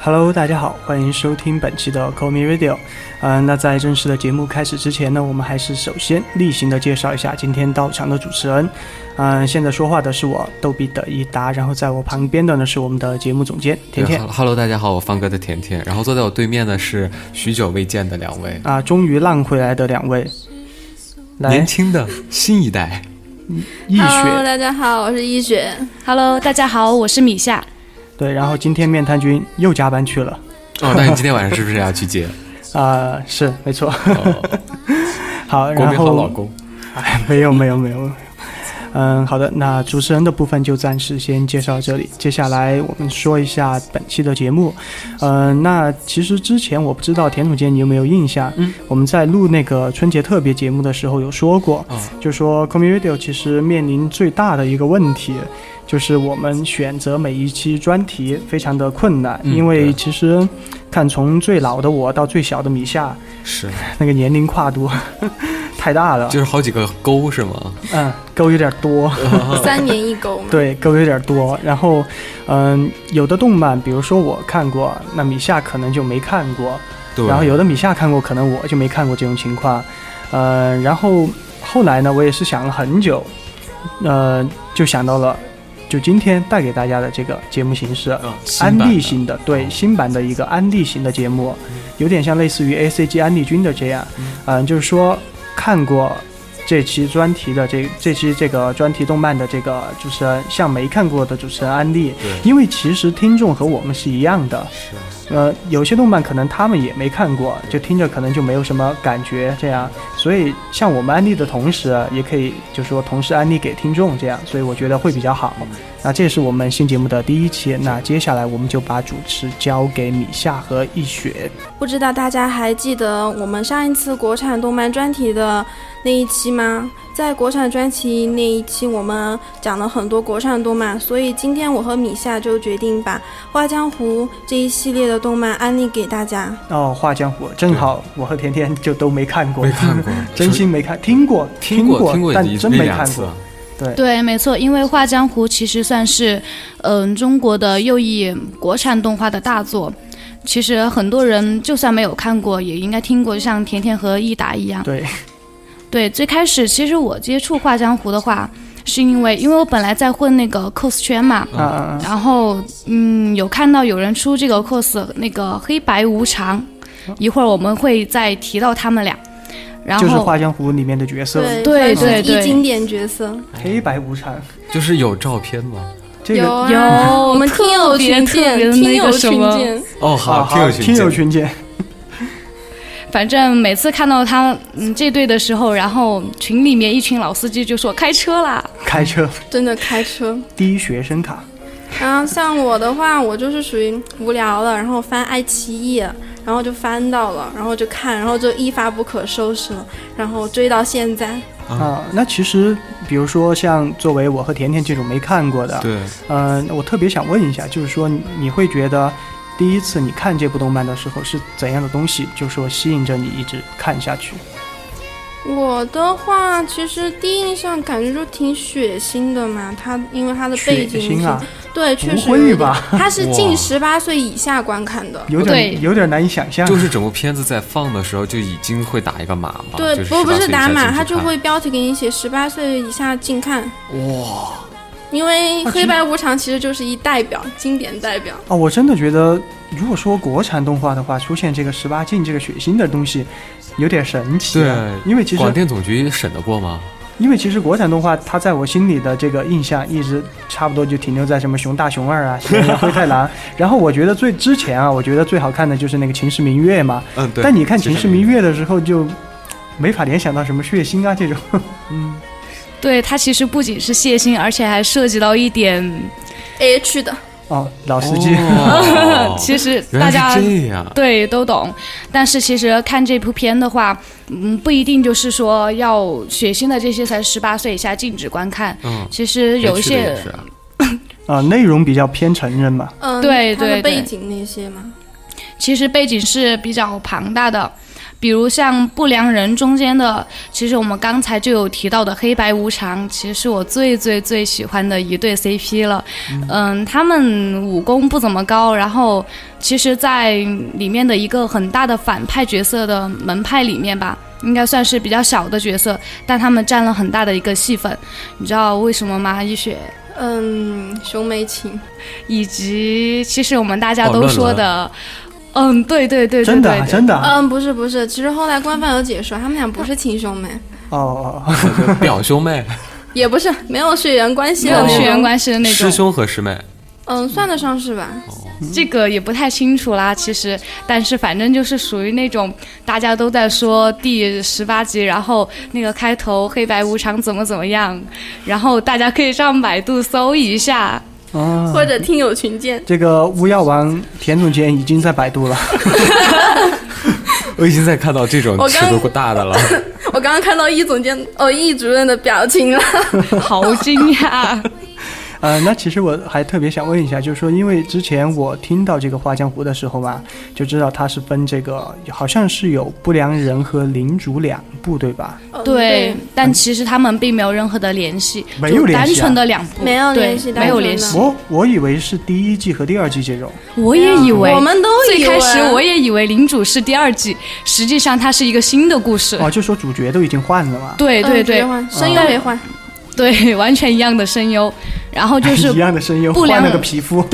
Hello，大家好，欢迎收听本期的 Call Me Radio。嗯、那在正式的节目开始之前呢，我们还是首先例行的介绍一下今天到场的主持人。嗯、现在说话的是我逗比的一达，然后在我旁边的呢是我们的节目总监甜甜。对哈喽，大家好，我方哥的甜甜，然后坐在我对面的是许久未见的两位啊，终于浪回来的两位，来啊年轻的新 一代。易 Hello，雪大家好，我是易雪。 Hello，大家好，我是米夏。对，然后今天面瘫君又加班去了哦，那你今天晚上是不是要去 接？啊、是没错。哦、 好，国然民好老后公， 没有没有没有没有，嗯，好的，那主持人的部分就暂时先介绍到这里。接下来我们说一下本期的节目，嗯、那其实之前我不知道田总监你有没有印象，嗯，我们在录那个春节特别节目的时候有说过，哦就说 c o m m u n i t y 其实面临最大的一个问题。就是我们选择每一期专题非常的困难，嗯因为对其实看从最老的我到最小的米夏，是，那个年龄跨度 太大了就，是好几个勾是吗？嗯，沟有点多，三年一狗嘛，啊对，沟有点多。然后，嗯，有的动漫，比如说我看过，那米夏可能就没看过，对，然后有的米夏看过，可能我就没看过这种情况。呃，然后后来呢，我也是想了很久，呃，就想到了，就今天带给大家的这个节目形式，嗯呃安利，新版型的，对哦嗯新版的一个安利型的节目，有点像类似于 A C G 安利君的这样，嗯、就是说看过这期专题的这这期这个专题动漫的这个主持人，向没看过的主持人安利，的对，因为其实听众和我们是一样的，是呃，有些动漫可能他们也没看过，就听着可能就没有什么感觉这样，所以像我们安利的同时，也可以就是说同时安利给听众这样，所以我觉得会比较好。那这是我们新节目的第一期，那接下来我们就把主持交给米夏和易雪。不知道大家还记得我们上一次国产动漫专题的那一期吗？在国产专题那一期，我们讲了很多国产动漫，所以今天我和米夏就决定把《花江湖》这一系列的动漫安利给大家。哦，画江湖正好我和甜甜就都没看过，，没看过 真心没看，听过听过，听过但一真一没两看次过。，对，没错，因为《画江湖》其实算是，嗯、中国的右翼国产动画的大作。其实很多人就算没有看过，也应该听过，就像甜甜和益达一样。对，对，最开始其实我接触《画江湖》的话，是因为因为我本来在混那个 cos 圈嘛，嗯啊啊然后嗯，有看到有人出这个 cos 那个黑白无常，一会儿我们会再提到他们俩。然啊，后就是画江湖里面的角色，对算是对对一经典角色。黑白无常，就是有照片吗？这个啊有我们听友群特别特别见，的听那友个什群么见，哦，啊好，听友群，听友，群见。反正每次看到他嗯这对的时候，然后群里面一群老司机就说开车啦，开车真的开车。第一学生卡，然后像我的话，我就是属于无聊了，然后翻爱奇艺，然后就翻到了，然后就看，然后就一发不可收拾了，然后追到现在。啊啊、那其实，比如说像作为我和甜甜这种没看过的，对，嗯、我特别想问一下，就是说你你会觉得第一次你看这部动漫的时候是怎样的东西，就说吸引着你一直看下去？我的话，其实第一印象感觉就挺血腥的嘛，它因为它的背血景腥是，啊，对，确实不会有点吧？它是哇近十八岁以下观看的。有对点有点难以想象。就是整部片子在放的时候就已经会打一个码嘛，对，哦就是不不18是岁打以下码，禁止它就看会标题给你写十八岁以下禁看，哇，因为啊黑其白无常其实就是一代表，经典代表。哦，我真的觉得，如果说国产动画的话，出现这个十八禁这个血腥的东西，有点神奇啊、对因为其广实电总局审得过吗？因为其实国产动画，它在我心里的这个印象一直差不多就停留在什么熊大、熊二 啊、喜羊羊灰太狼。然后我觉得最之前啊，我觉得最好看的就是那个《秦时明月》嘛。嗯，对但你看《秦时明月月》的时候，就没法联想到什么血腥啊这种。 对他其实不仅是谢欣，而且还涉及到一点， A 区的，哦，老司机，啊哦 其实原大来家是这样，对都懂，但是其实看这部片的话，嗯，不一定就是说要血腥的这些才十八岁以下禁止观看，嗯，其实有一没去的些也是啊啊、内容比较偏成人嘛。嗯，对它对的背对景那些嘛，其实背景是比较庞大的，比如像《不良人》中间的，其实我们刚才就有提到的黑白无常，其实是我最最最喜欢的一对 CP 了。嗯，他们武功不怎么高，然后其实，在里面的一个很大的反派角色的门派里面吧，应该算是比较小的角色，但他们占了很大的一个戏份。你知道为什么吗？一雪，嗯，兄妹情，以及其实我们大家哦都乱说伦的，嗯，对对对对对对，真的啊真的啊嗯，不是不是，其实后来官方有解说，他们俩不是亲兄妹，哦哦，就啊 表兄妹、也不是没有血缘关系没的哦有那种血缘关系的 那种师，兄和师妹，嗯，算得上是吧？这个也不太清楚啦。其实，但是反正就是属于那种大家都在说第十八集，然后那个开头黑白无常怎么怎么样，然后大家可以上百度搜 一下。哦或者听友群见。这个巫药王田总监已经在百度了，我已经在看到这种我尺刚度大的 了。我刚刚看到易总监哦，易主任的表情了。好惊 讶！呃，那其实我还特别想问一下，就是说，因为之前我听到这个《花江湖》的时候嘛，就知道它是分这个，好像是有不良人和领主两部，对吧？哦对，，但其实他们并没有任何的联系，没有就联系啊单纯的两部，没有对联系单没有纯联的系。我我以为是第一季和第二季这种，我也以为我们都最以为开始我也以为领主是第二季，实际上它是一个新的故事。哦，就说主角都已经换了嘛，对嗯对直对嗯接换声优没换， 对，完全一样的声优，然后就 是一样的声优，不良换了个皮肤，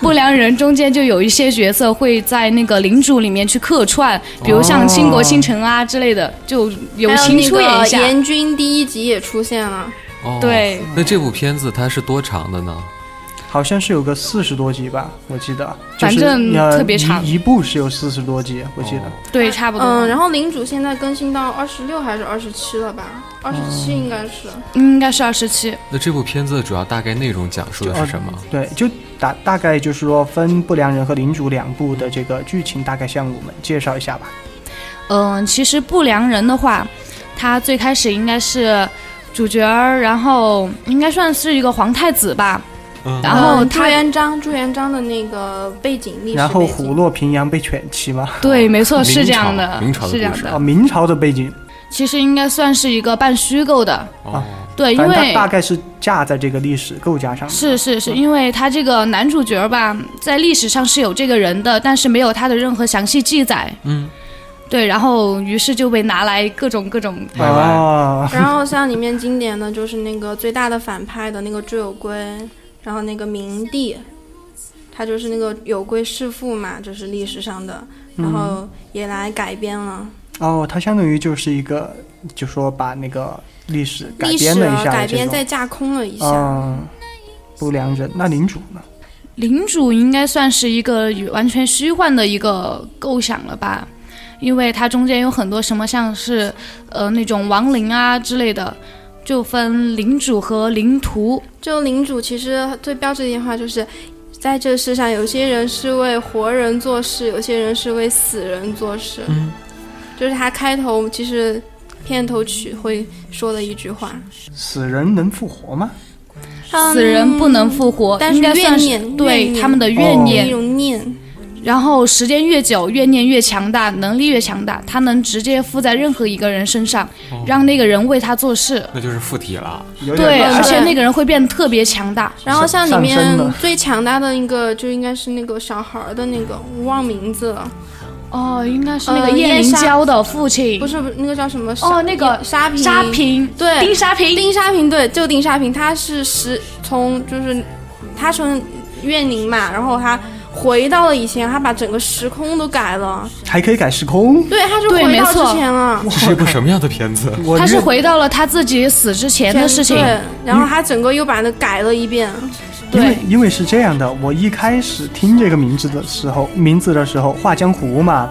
不良人中间就有一些角色会在那个领主里面去客串，比如像倾国倾城啊之类的，就友还有情那出演个一下。严军第一集也出现了，哦，对，那这部片子它是多长的呢？好像是有个四十多集吧，我记得，就反是正呃特别长一一部是有四十多集，我记得。对，差不多。嗯，然后领主现在更新到二十六还是二十七了吧？二十七应该是。嗯应该是二十七。那这部片子的主要大概内容讲述的是什么？对，就大大概就是说分不良人和领主两部的这个剧情，大概向我们介绍一下吧。嗯、其实不良人的话，他最开始应该是主角儿，然后应该算是一个皇太子吧。嗯然后嗯朱他元璋，朱元璋的那个背景历史背景，然后 虎落平阳被犬欺嘛，对，没错，是明这样朝的，明朝的是这样故事啊，的。明朝的背景，其实应该算是一个半虚构的，哦，呃对，因反正为它大概是架在这个历史构架上。是是是，嗯因为他这个男主角吧，在历史上是有这个人的，但是没有他的任何详细记载。嗯，对，然后于是就被拿来各种各种。拜拜。啊，然后像里面经典的就是那个最大的反派的那个朱友圭，然后那个明帝，他就是那个有龟弑父嘛，这是历史上的，然嗯后也来改编了，哦，它相当于就是一个，就说把那个历史改历编史了一啊下改的这编种再架空了一下。嗯，不良人，那领主呢？领主应该算是一个完全虚幻的一个构想了吧，因为它中间有很多什么像是呃那种亡灵啊之类的，就分领主和灵徒。就领主其实最标志的一句话就是。在这世上，有些人是为活人做事，有些人是为死人做事。嗯，就是他开头其实片头曲会说的一句话。嗯死人能复活吗？死人不能复嗯活，但是应该算是怨念对怨念他们的哦怨念一。种念，然后时间越久，怨念越强大，能力越强大，他能直接附在任何一个人身上，让那个人为他做事。那就是附体了。有对，点对而且那个人会变得特别强大。然后像里上升面了最强大的一个就应该是那个小孩儿的那个，我忘名字了，哦，应该是那呃个叶叶灵莎娇的父亲，不是不是那个叫什么哦沙那个沙坪沙平，对丁沙平，丁沙坪对，就丁沙坪，他是十从就是他从怨灵嘛，然后他回到了以前，他把整个时空都改了，还可以改时空。对，他就对回没到错之前了。这是一部什么样的片子？我他是认回到了他自己死之前的事情。对，然后他整个又把那改了一遍，因为对因为是这样的，我一开始听这个名字的时候，名字的时候，画江湖嘛，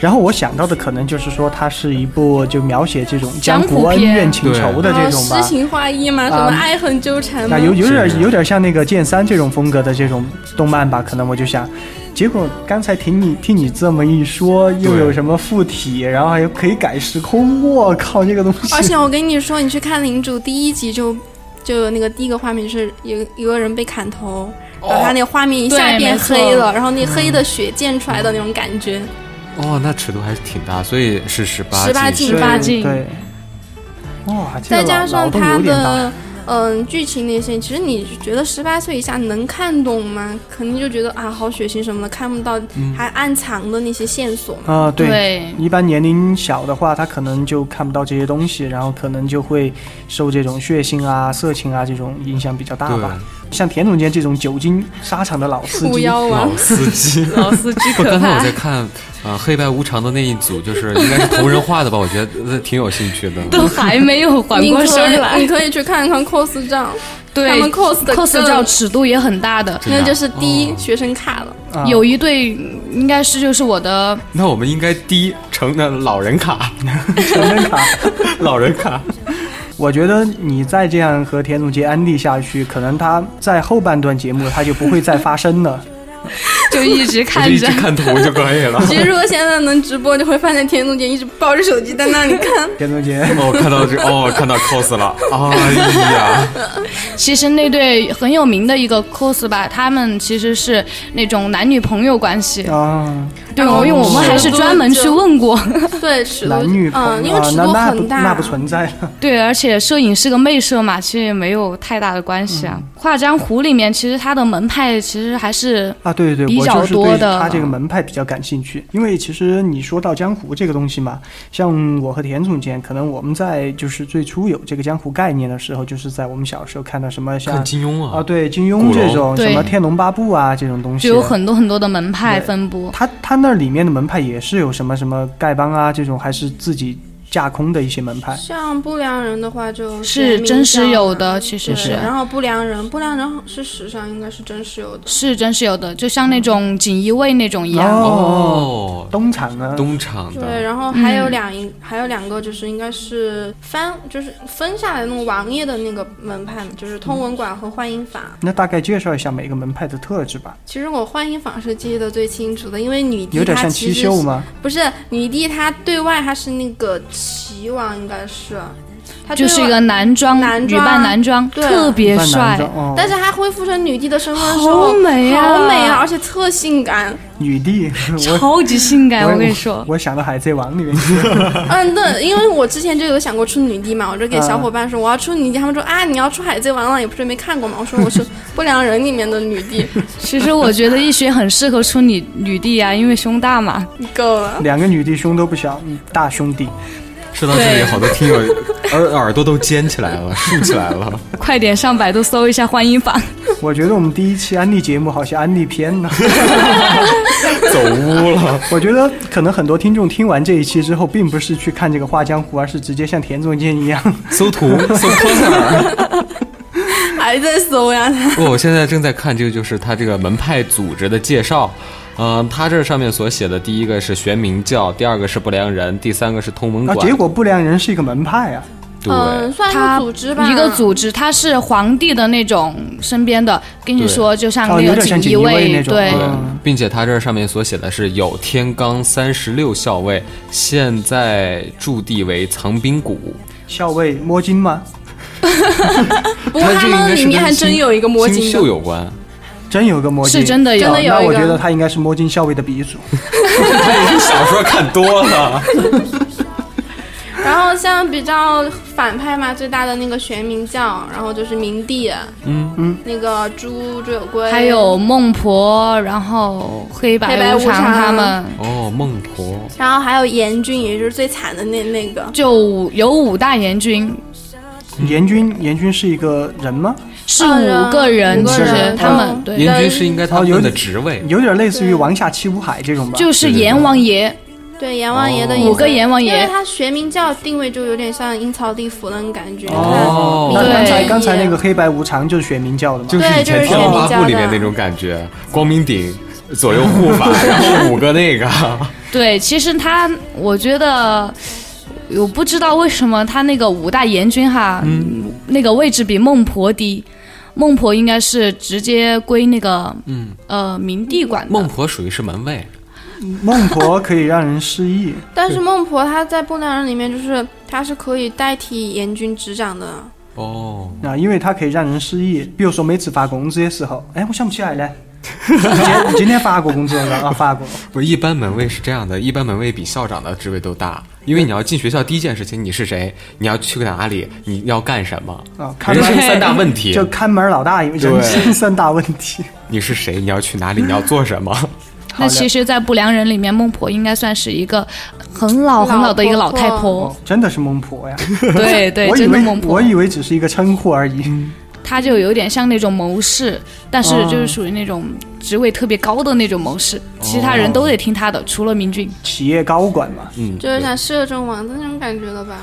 然后我想到的可能就是说，它是一部就描写这种江江湖湖恩片怨情仇的然这后种哦诗吧。情画意嘛，什么啊爱恨纠缠嘛那，有有是点有点像那个剑三这种风格的这种动漫吧，可能我就想，结果刚才听你听你这么一说，又对有什么附体，然后还有可以改时空，我靠，这个东而西且我跟你说，你去看《领主》第一集就就有那个第一个画面是有一个人被砍头，然后他那个画面一下对变没错黑了，然后那黑的血溅出来的那种感觉，哦，那尺度还是挺大，所以是十八18禁对发禁对。哇，这再个加脑上脑洞它有点大。的嗯剧情那些，其实你觉得十八岁以下能看懂吗？肯定就觉得啊好血腥什么的，看不到，嗯还暗藏的那些线索嘛。啊、对，对一般年龄小的话，他可能就看不到这些东西，然后可能就会受这种血腥啊、色情啊这种影响比较大吧。对，像田总监这种久经沙场的老 司五机，幺啊老，司机。 老司机不，可刚才我怕在。看啊、呃黑白无常》的那一组，就是应该是同人画的吧？我觉得呃挺有兴趣的。都还没有缓你过可以神来你，可以去看看 cos 照， 对他们 cos 的 cos 更照尺度也很大的，真的那啊就是第哦一学生卡了。啊有一对应该是就是我的那我们应该第一成的老人 卡，成人卡。老人卡。我觉得你再这样和田总监安利下去，可能他在后半段节目他就不会再发声了。 就一直我看就一着直看图就可以 了。其实如果现在能直播，就会发现田总监一直抱着手机在那里 看。田总监，哦，看到这，哦，看到 cos 了，哎呀，其实那对很有名的一个 cos 吧，他们其实是那种男女朋友关系。啊，对，我因为我们还是专门去问过。对尺度，男女朋嗯，因友、为啊尺，那度那不很大，那不存在了。 对，而且摄影是个媚摄嘛，其实也没有太大的关系啊。画江湖里面其实它的门派其实还是啊，对对对，比我较就是多对的嗯他这个门派比较感兴趣，因为其实你说到江湖这个东西嘛，像我和田总监，可能我们在就是最初有这个江湖概念的时候，就是在我们小时候看到什么像看金庸啊，啊，对金庸古这龙种什么《对天龙八部啊》这种东西，就有很多很多的门派对分布。他他那里面的门派也是有什么什么丐帮啊这种，还是自己架空的一些门派。像不良人的话就是真实有的其实对是然后不良人，不良人好是史上应该是真实有的。是真是有的，就像那种锦衣卫那种一样。哦，哦，东厂呢？东厂对，的，然后还有嗯两、还有两个就是应该是翻就是分下来那种王爷的那个门派嘛，就是通文馆和幻影法。那大概介绍一下每个门派的特质吧，其实我幻影法是记得最清楚的，因为女帝有点她像其七实秀是吗？不是女帝，她对外她是那个齐王，应该是，她对就外是一个男装，男女装扮男装，对特别扮男帅装，哦，但是她恢复成女帝的身份的时候，好美啊，好美啊，，而且特性感。女帝， 我超级性感，我哎我跟你说。我想到《海贼王》里面去了嗯，对，因为我之前就有想过出女帝嘛，我就给小伙伴说我要出女帝，他们说啊你要出海贼王了，也不是没看过嘛。我说 我是不良人里面的女帝，其实我觉得易学很适合出女女帝啊，因为胸大嘛。你够了。两个女帝胸都不小，嗯大兄弟。说到这里，好多听友耳耳朵都尖起来 了，竖起来了。快点上百度搜一下欢迎坊，我觉得我们第一期安利节目好像安利偏了，走污了。 我觉得可能很多听众听完这一期之后，并不是去看这个《画江湖》，而是直接像田中健一样，搜图，搜 coser。还在搜呀， 不，我现在正在看这个，就是他这个门派组织的介绍。嗯、他这上面所写的第一个是玄冥教，第二个是不良人，第三个是通文啊，馆。结果不良人是一个门派啊。对，嗯，算一个他组织吧，一个组织，他是皇帝的那种身边的，跟你说就像哦那有个点像锦锦衣衣卫，卫那种对，嗯对，并且他这上面所写的是有天罡三十六校尉，现在驻地为藏兵谷。校尉摸金吗？不过这个他应们该里是面跟还真星有一个魔星镜宿的，有关，真有个摸金，啊是真的有真的有那我一个觉得他应该是摸金校尉的鼻祖。他也是小说看多了。然后像比较反派嘛，最大的那个玄冥教，然后就是明帝，啊嗯嗯，那个朱朱友圭，还有孟婆，然后黑白黑白无常常他们，哦，孟婆，然后还有严俊，也就是最惨的那那个，就五有五大阎君，严君，严君是一个人吗？是啊五个人，五其个实人他们嗯对，阎君是应该他们的职位。有点类似于对王下七武海这种吧。就是对对阎王爷，对阎王爷的哦意思五个阎王因为爷，它玄冥教定位就有点像阴曹地府那种感觉。哦那对刚才刚才那个黑白无常就是玄冥教的嘛。就是以前《对就是天龙八玄冥部教》里面的那种感觉，光明顶左右护法，然后五个那 个，对，其实他，我觉得，我不知道为什么他那个五大阎君哈，嗯那个位置比孟婆低。孟婆应该是直接归那个，嗯，呃，明帝管的。孟婆属于是门卫，孟婆可以让人失忆， 但是孟婆她在《不良人》里面就是她是可以代替阎君执掌的。哦，啊，因为它可以让人失忆。比如说每次发工资的时候，哎，我想不起来了，你今你今天发过工资了啊？发过。不，一般门卫是这样的，一般门卫比校长的职位都大，因为你要进学校第一件事情，你是谁，你要去哪里，你要干什么，啊看人门生三大问题就，看门老大，人对生三大问题。你是谁，你要去哪里，你要做什么。好那的其实，在不良人里面，孟婆应该算是一个很老老很老的一个老太哦婆。，真的是孟婆呀！ 对对，我以真的为孟婆嗯我，以为只是一个称呼而已。她就有点像那种谋士，但是嗯就是属于那种职位特别高的那种谋士，其他哦人都得听她的，除了明俊。企业高管嘛，嗯，就是像摄政王的那种感觉了吧？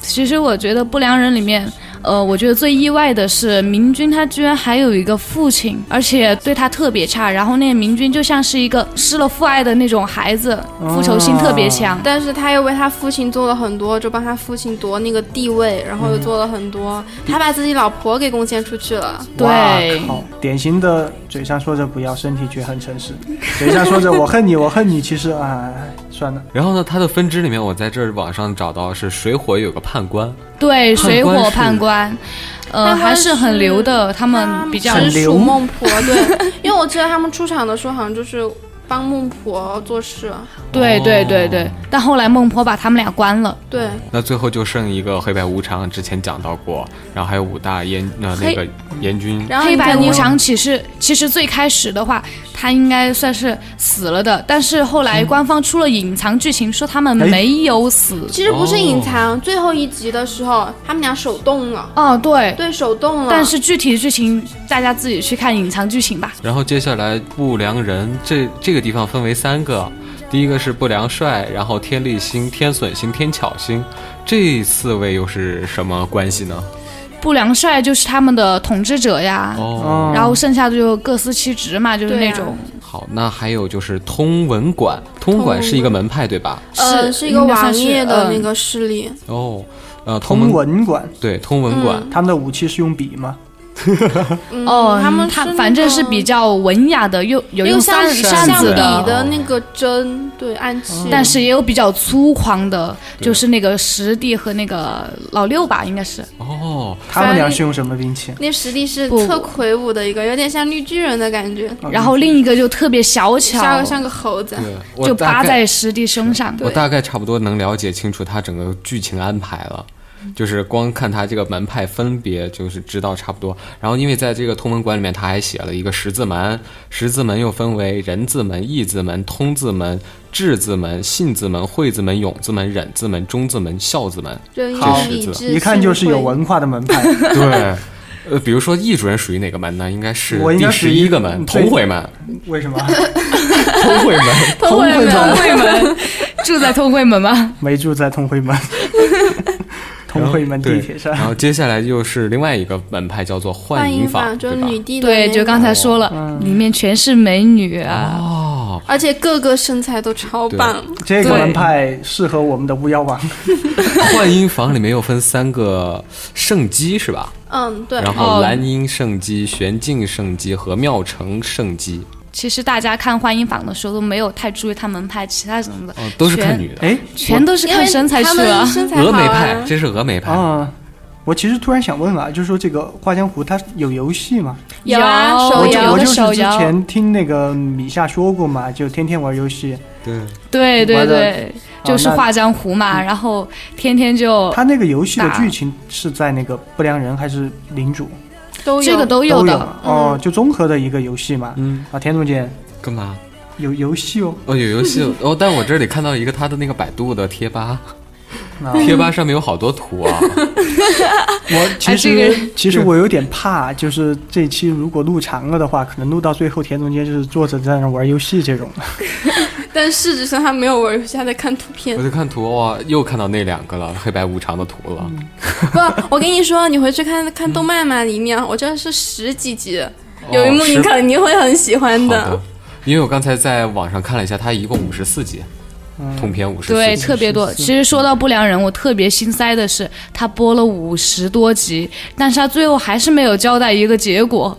其实我觉得不良人里面，呃，我觉得最意外的是明君他居然还有一个父亲，而且对他特别差。然后那个明君就像是一个失了父爱的那种孩子，哦复仇心特别强。但是他又为他父亲做了很多，就帮他父亲夺那个地位，然后又做了很多，他把自己老婆给贡献出去了。对哇靠，典型的嘴上说着不要，身体却很诚实；嘴上说着我恨你，我恨你，其实啊，哎算了。然后呢，它的分支里面，我在这儿网上找到是水火有个判官，对，判水官火是判官，呃，判官还是很流的，他们比较很直流属孟婆，对， 因为我记得他们出场的时候好像就是帮孟婆做事，对对对对。但后来孟婆把他们俩关了，对，那最后就剩一个黑白无常，之前讲到过，然后还有五大燕呃那黑个阎君，然后黑你白看无你常其实其实最开始的话，他应该算是死了的，但是后来官方出了隐藏剧情，说他们嗯哎没有死。其实不是隐藏，最后一集的时候他们俩手动了，哦，对，对手动了，但是具体剧情大家自己去看隐藏剧情吧。然后接下来不良人这这个地方分为三个，第一个是不良帅，然后天力星、天损星、天巧星，这四位又是什么关系呢？不良帅就是他们的统治者呀，嗯哦，然后剩下的就各司其职嘛，就是对那啊种、好，那还有就是通文馆，通文馆是一个门派对吧？呃是一个应该算王是爷的那嗯个势力，哦，呃，通同文文馆，对通文馆，他们的武器是用笔吗？嗯哦，他们他是那反正是个比较文雅的，又有又用像扇是扇像子的笔的那个针，对暗器，但是也有比较粗犷的，就是那个十弟和那个老六吧，应该是。哦，他们俩是用什么兵器？那实力是不特魁梧的一个，有点像绿巨人的感觉，然后另一个就特别小像巧个，像个猴子，对，我就大扒概在十弟身上。我大概差不多能了解清楚他整个剧情安排了。就是光看他这个门派分别，就是知道差不多。然后，因为在这个通门馆里面，他还写了一个十字门，十字门又分为人字门、义字门、通字门、智字门、信字门、惠字门、勇字门、忍字门、忠字门、孝字门。就一好种理智，一看就是有文化的门派。对， 呃，比如说易主任属于哪个门呢？应该是我应第该属十于一个门，最同回门，为 什么？同回门。通惠门，通惠门， 住在通惠门 吗？没住在通惠 门，通惠门地对铁站。然后接下来又是另外一个门派，叫做幻幻影影坊，就对吧？女帝的那对，个就刚才说了，里面全是美女啊。嗯哦，而且各个身材都超棒，这个对门派适合我们的巫妖王。 幻音房里面又分三个圣机是吧？嗯，对，然后哦蓝音圣机、玄镜圣机和妙成圣机，其实大家看幻音坊的时候都没有太注意他门派其他什么的，哦，都是看全女的。哎全都 是因为看身材去啊他了们。身材峨好眉派，啊，这是峨眉派。啊，我其实突然想问了，就是说这个《画江湖》它有游戏吗？有啊有手我就摇我有就个是手之摇前听那个米夏说过嘛，就天天玩游戏。对，对对玩的对，就是那画江湖嘛，然后天天就他那个游戏的打剧情是在那个不良人还是领主都有这个都都有的。嗯嘛哦，就综合的一个游戏嘛。嗯，啊，田总监干嘛？有游戏哦，哦，有游戏哦，但我这里看到一个他的那个百度的贴吧，啊贴吧上面有好多图啊。 我其哎实、这个其实我有点怕，就是这期如果录长了的话，可能录到最后田总监就是坐着在那玩游戏这种。但事实上他没有玩游戏，他在看图片我。就看图哇，又看到那两个了，黑白无常的图了。不，我跟你说，你回去看看动漫嘛，里面我记得是十几集，哦有一幕你是肯定会很喜欢好的的。，因为我刚才在网上看了一下，它一共五十四集，通篇五十四对，集。特别多。其实说到不良人，我特别心塞的是，他播了五十多集，但是他最后还是没有交代一个结果。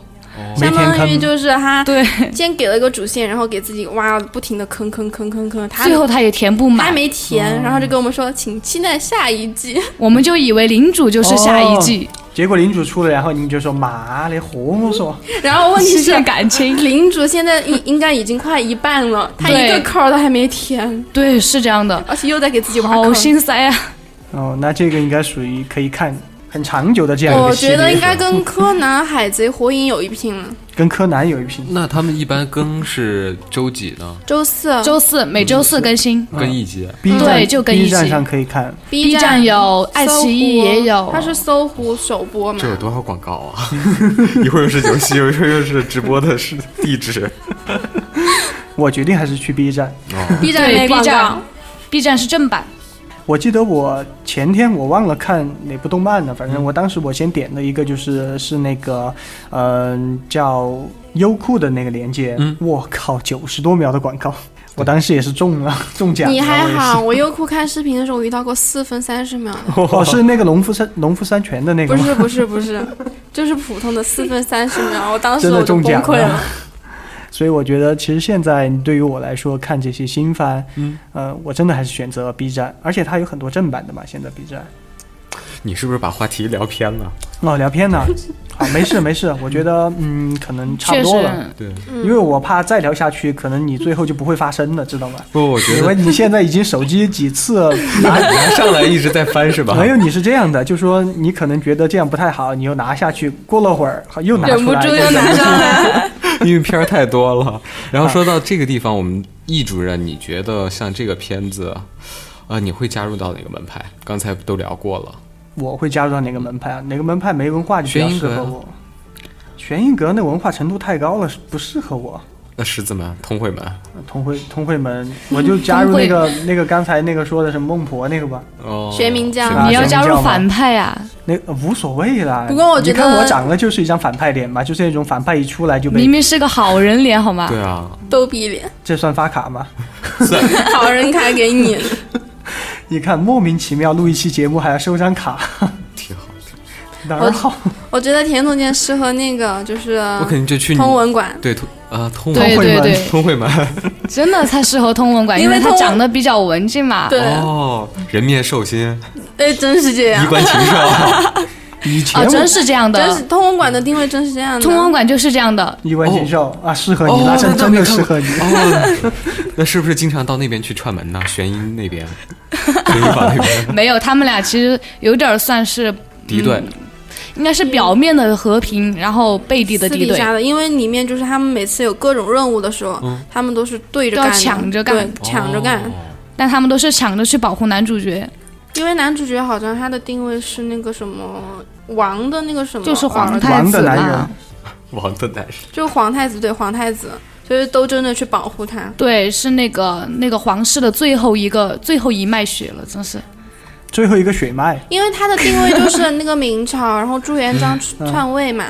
每相天当于看就是他 对，先给了一个主线，然后给自己挖不停的坑坑坑坑坑，他 最后他也填不他满，没哦填，然后就跟我们说，请期待下一季。 我们就以为领主就是下一季，结果领主出了，然后你就说妈的胡说，然后问题 哦是是，感情。 领主现在应应该已经快一半了，他一个对扣儿都还没填，对，是这样的，而且又在给自己挖好坑。心塞啊！哦，那这个应该属于可以看很长久的这样一我个系觉列是吧，得应该跟柯南、海贼、火影有一拼了。跟柯南有一拼。那他们一般更是周几呢？周四周四每周四更新。嗯更一集？ B 站对就跟 B 一站起上可以看， B 站有爱搜奇艺狐也有它是搜狐首播嘛这？有多少广告 啊！一会儿又是游戏，一会儿又是直播的是地址。我决定还是去 B 站。哦， B 站对没 B 广告站，B 站是正版，我记得我前天我忘了看哪部动漫了，反正我当时我先点了一个，就是是那个，嗯、叫优酷的那个链接。嗯我靠，九十多秒的广告，我当时也是中了中奖了。你还我也是好，我优酷看视频的时候，我遇到过四分三十秒的，哦，是那个农夫山农夫山泉的那个不吗？是不是不是， 就是普通的四分三十秒，我当时真的我就中崩奖溃了了。所以我觉得，其实现在对于我来说，看这些新番，嗯，呃，我真的还是选择 B 站，而且它有很多正版的嘛。现在 B 站，你是不是把话题聊偏了？哦，聊偏了，好，没事没事，我觉得，嗯，可能差不确多了，实对，嗯因为我怕再聊下去，可能你最后就不会发声了，知道吗？不，我觉因得为你现在已经手机几 次你还上来一直在翻 是吧？没有，你是这样的，就说你可能觉得这样不太好，你又拿下去，过了会儿好又拿出来，忍不住又又拿上来， 因为片儿太多了。然后说到这个地方，我们易主任，你觉得像这个片子，呃，你会加入到哪个门派？刚才都聊过了，我会加入到哪个门派啊？哪个门派没文化就比较玄阴适阁合啊嗯我。玄阴阁那文化程度太高了，不适合我。那十字门、通惠门，通惠通惠 门，我就加入那个那个刚才那个说的什么孟婆那个吧，哦，玄冥教啊你要神加教入嘛反派啊！那呃无所谓啦。不过我觉你看得我长得就是一张反派脸嘛，就是那种反派一出来就明被明是个好人脸，好吗？对啊，逗比脸，这算发卡吗？好人卡给你。你看莫名其妙录一期节目还要收张卡，挺好。哪儿好？我觉得田总监适合那个就是我肯定就去你通文馆，对通啊通啊对通惠对门对，通惠门真的他适合通文馆，因因为为他通文长得比较文静嘛。对，哦，人面兽心，哎，真是这衣样，冠禽兽， 以前啊，我真是这样真是的，通文馆的定位真是这样的。通文馆就是这样的。衣冠禽兽啊，适合你，哦那真那真的那适合你。哦，那是不是经常到那边去串门呢？玄阴那边，玄阴坊那嗯边没有，他们俩其实有点儿算是，敌对，嗯应该是表面的和平，然后背地的私敌底对。下的，因为里面就是他们每次有各种任务的时候，他们都是对着都干要的，抢着对干抢着干。哦但他们都是抢着去保护男主角，因为男主角好像他的定位是那个什么王的那个什么，就是皇儿太王啊子太的子男嘛。王的男人，就是皇太子，对皇太子，就是都真的去保护他。对，是那个那个皇室的最后一个最后一脉血了，真是。最后一个血脉，因为他的定位就是那个明朝，然后朱元璋嗯篡位嘛，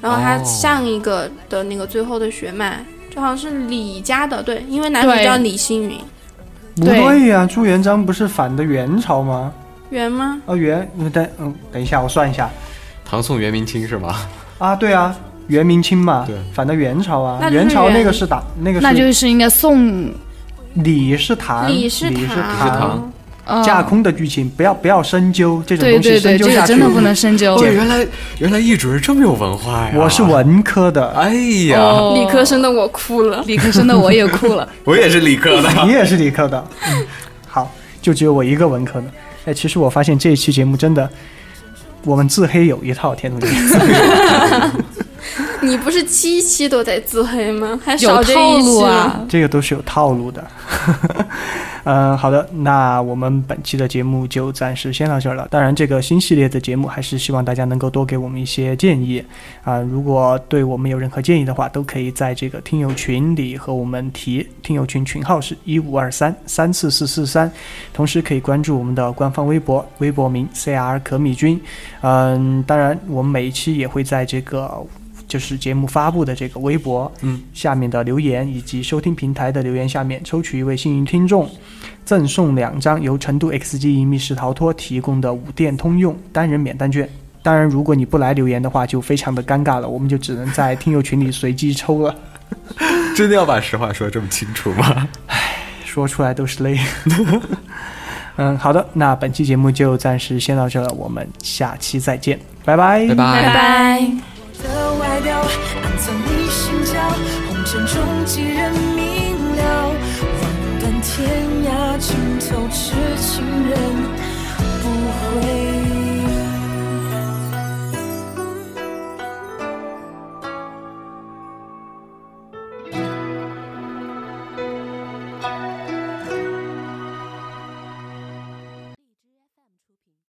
然后他哦上一个的那个最后的血哦脉，就好像是李家的，对，因为男主对叫李星云，不对对呀、朱元璋不是反的元朝吗？圆吗？啊，元，嗯等，嗯，等一下，我算一下唐宋元明清是吗？啊，对啊，元明清嘛，对反的元朝啊，那就是元朝那元个是打那个是那就是应该宋李是唐，李嗯是李是唐唐，呃架空的剧情，不要不要深究这种对东西，对深对，究这下个去真的不能深究哦，。原来原来易主任这么有文化呀！我是，文科的，哎啊呀，哦理科生的我哭了。理科生的我也哭 了。我也是理科的。 你也是理科的，嗯，好，就只有我一个文科的。哎，其实我发现这一期节目真的，我们自黑有一套，田同学。你不是七期都在自黑吗？还有少这套一期路了。啊！这个都是有套路的。 嗯，好的，那我们本期的节目就暂时先到这儿了。当然，这个新系列的节目还是希望大家能够多给我们一些建议啊、如果对我们有任何建议的话，都可以在这个听友群里和我们提。听友群群号是一五二三三四四四三，同时可以关注我们的官方微博，微博名 CR 可米君。嗯，当然，我们每一期也会在这个就是节目发布的这个微博，嗯，下面的留言以及收听平台的留言下面抽取一位幸运听众，赠送两张由成都 XG 银密室逃脱提供的五店通用单人免单券。当然，如果你不来留言的话，就非常的尴尬了，我们就只能在听友群里随机抽了。真的要把实话说这么清楚吗？说出来都是泪。 嗯，好的，那本期节目就暂时先到这了，我们下期再见，拜拜，拜拜拜的外表，暗藏你心跳，红尘中几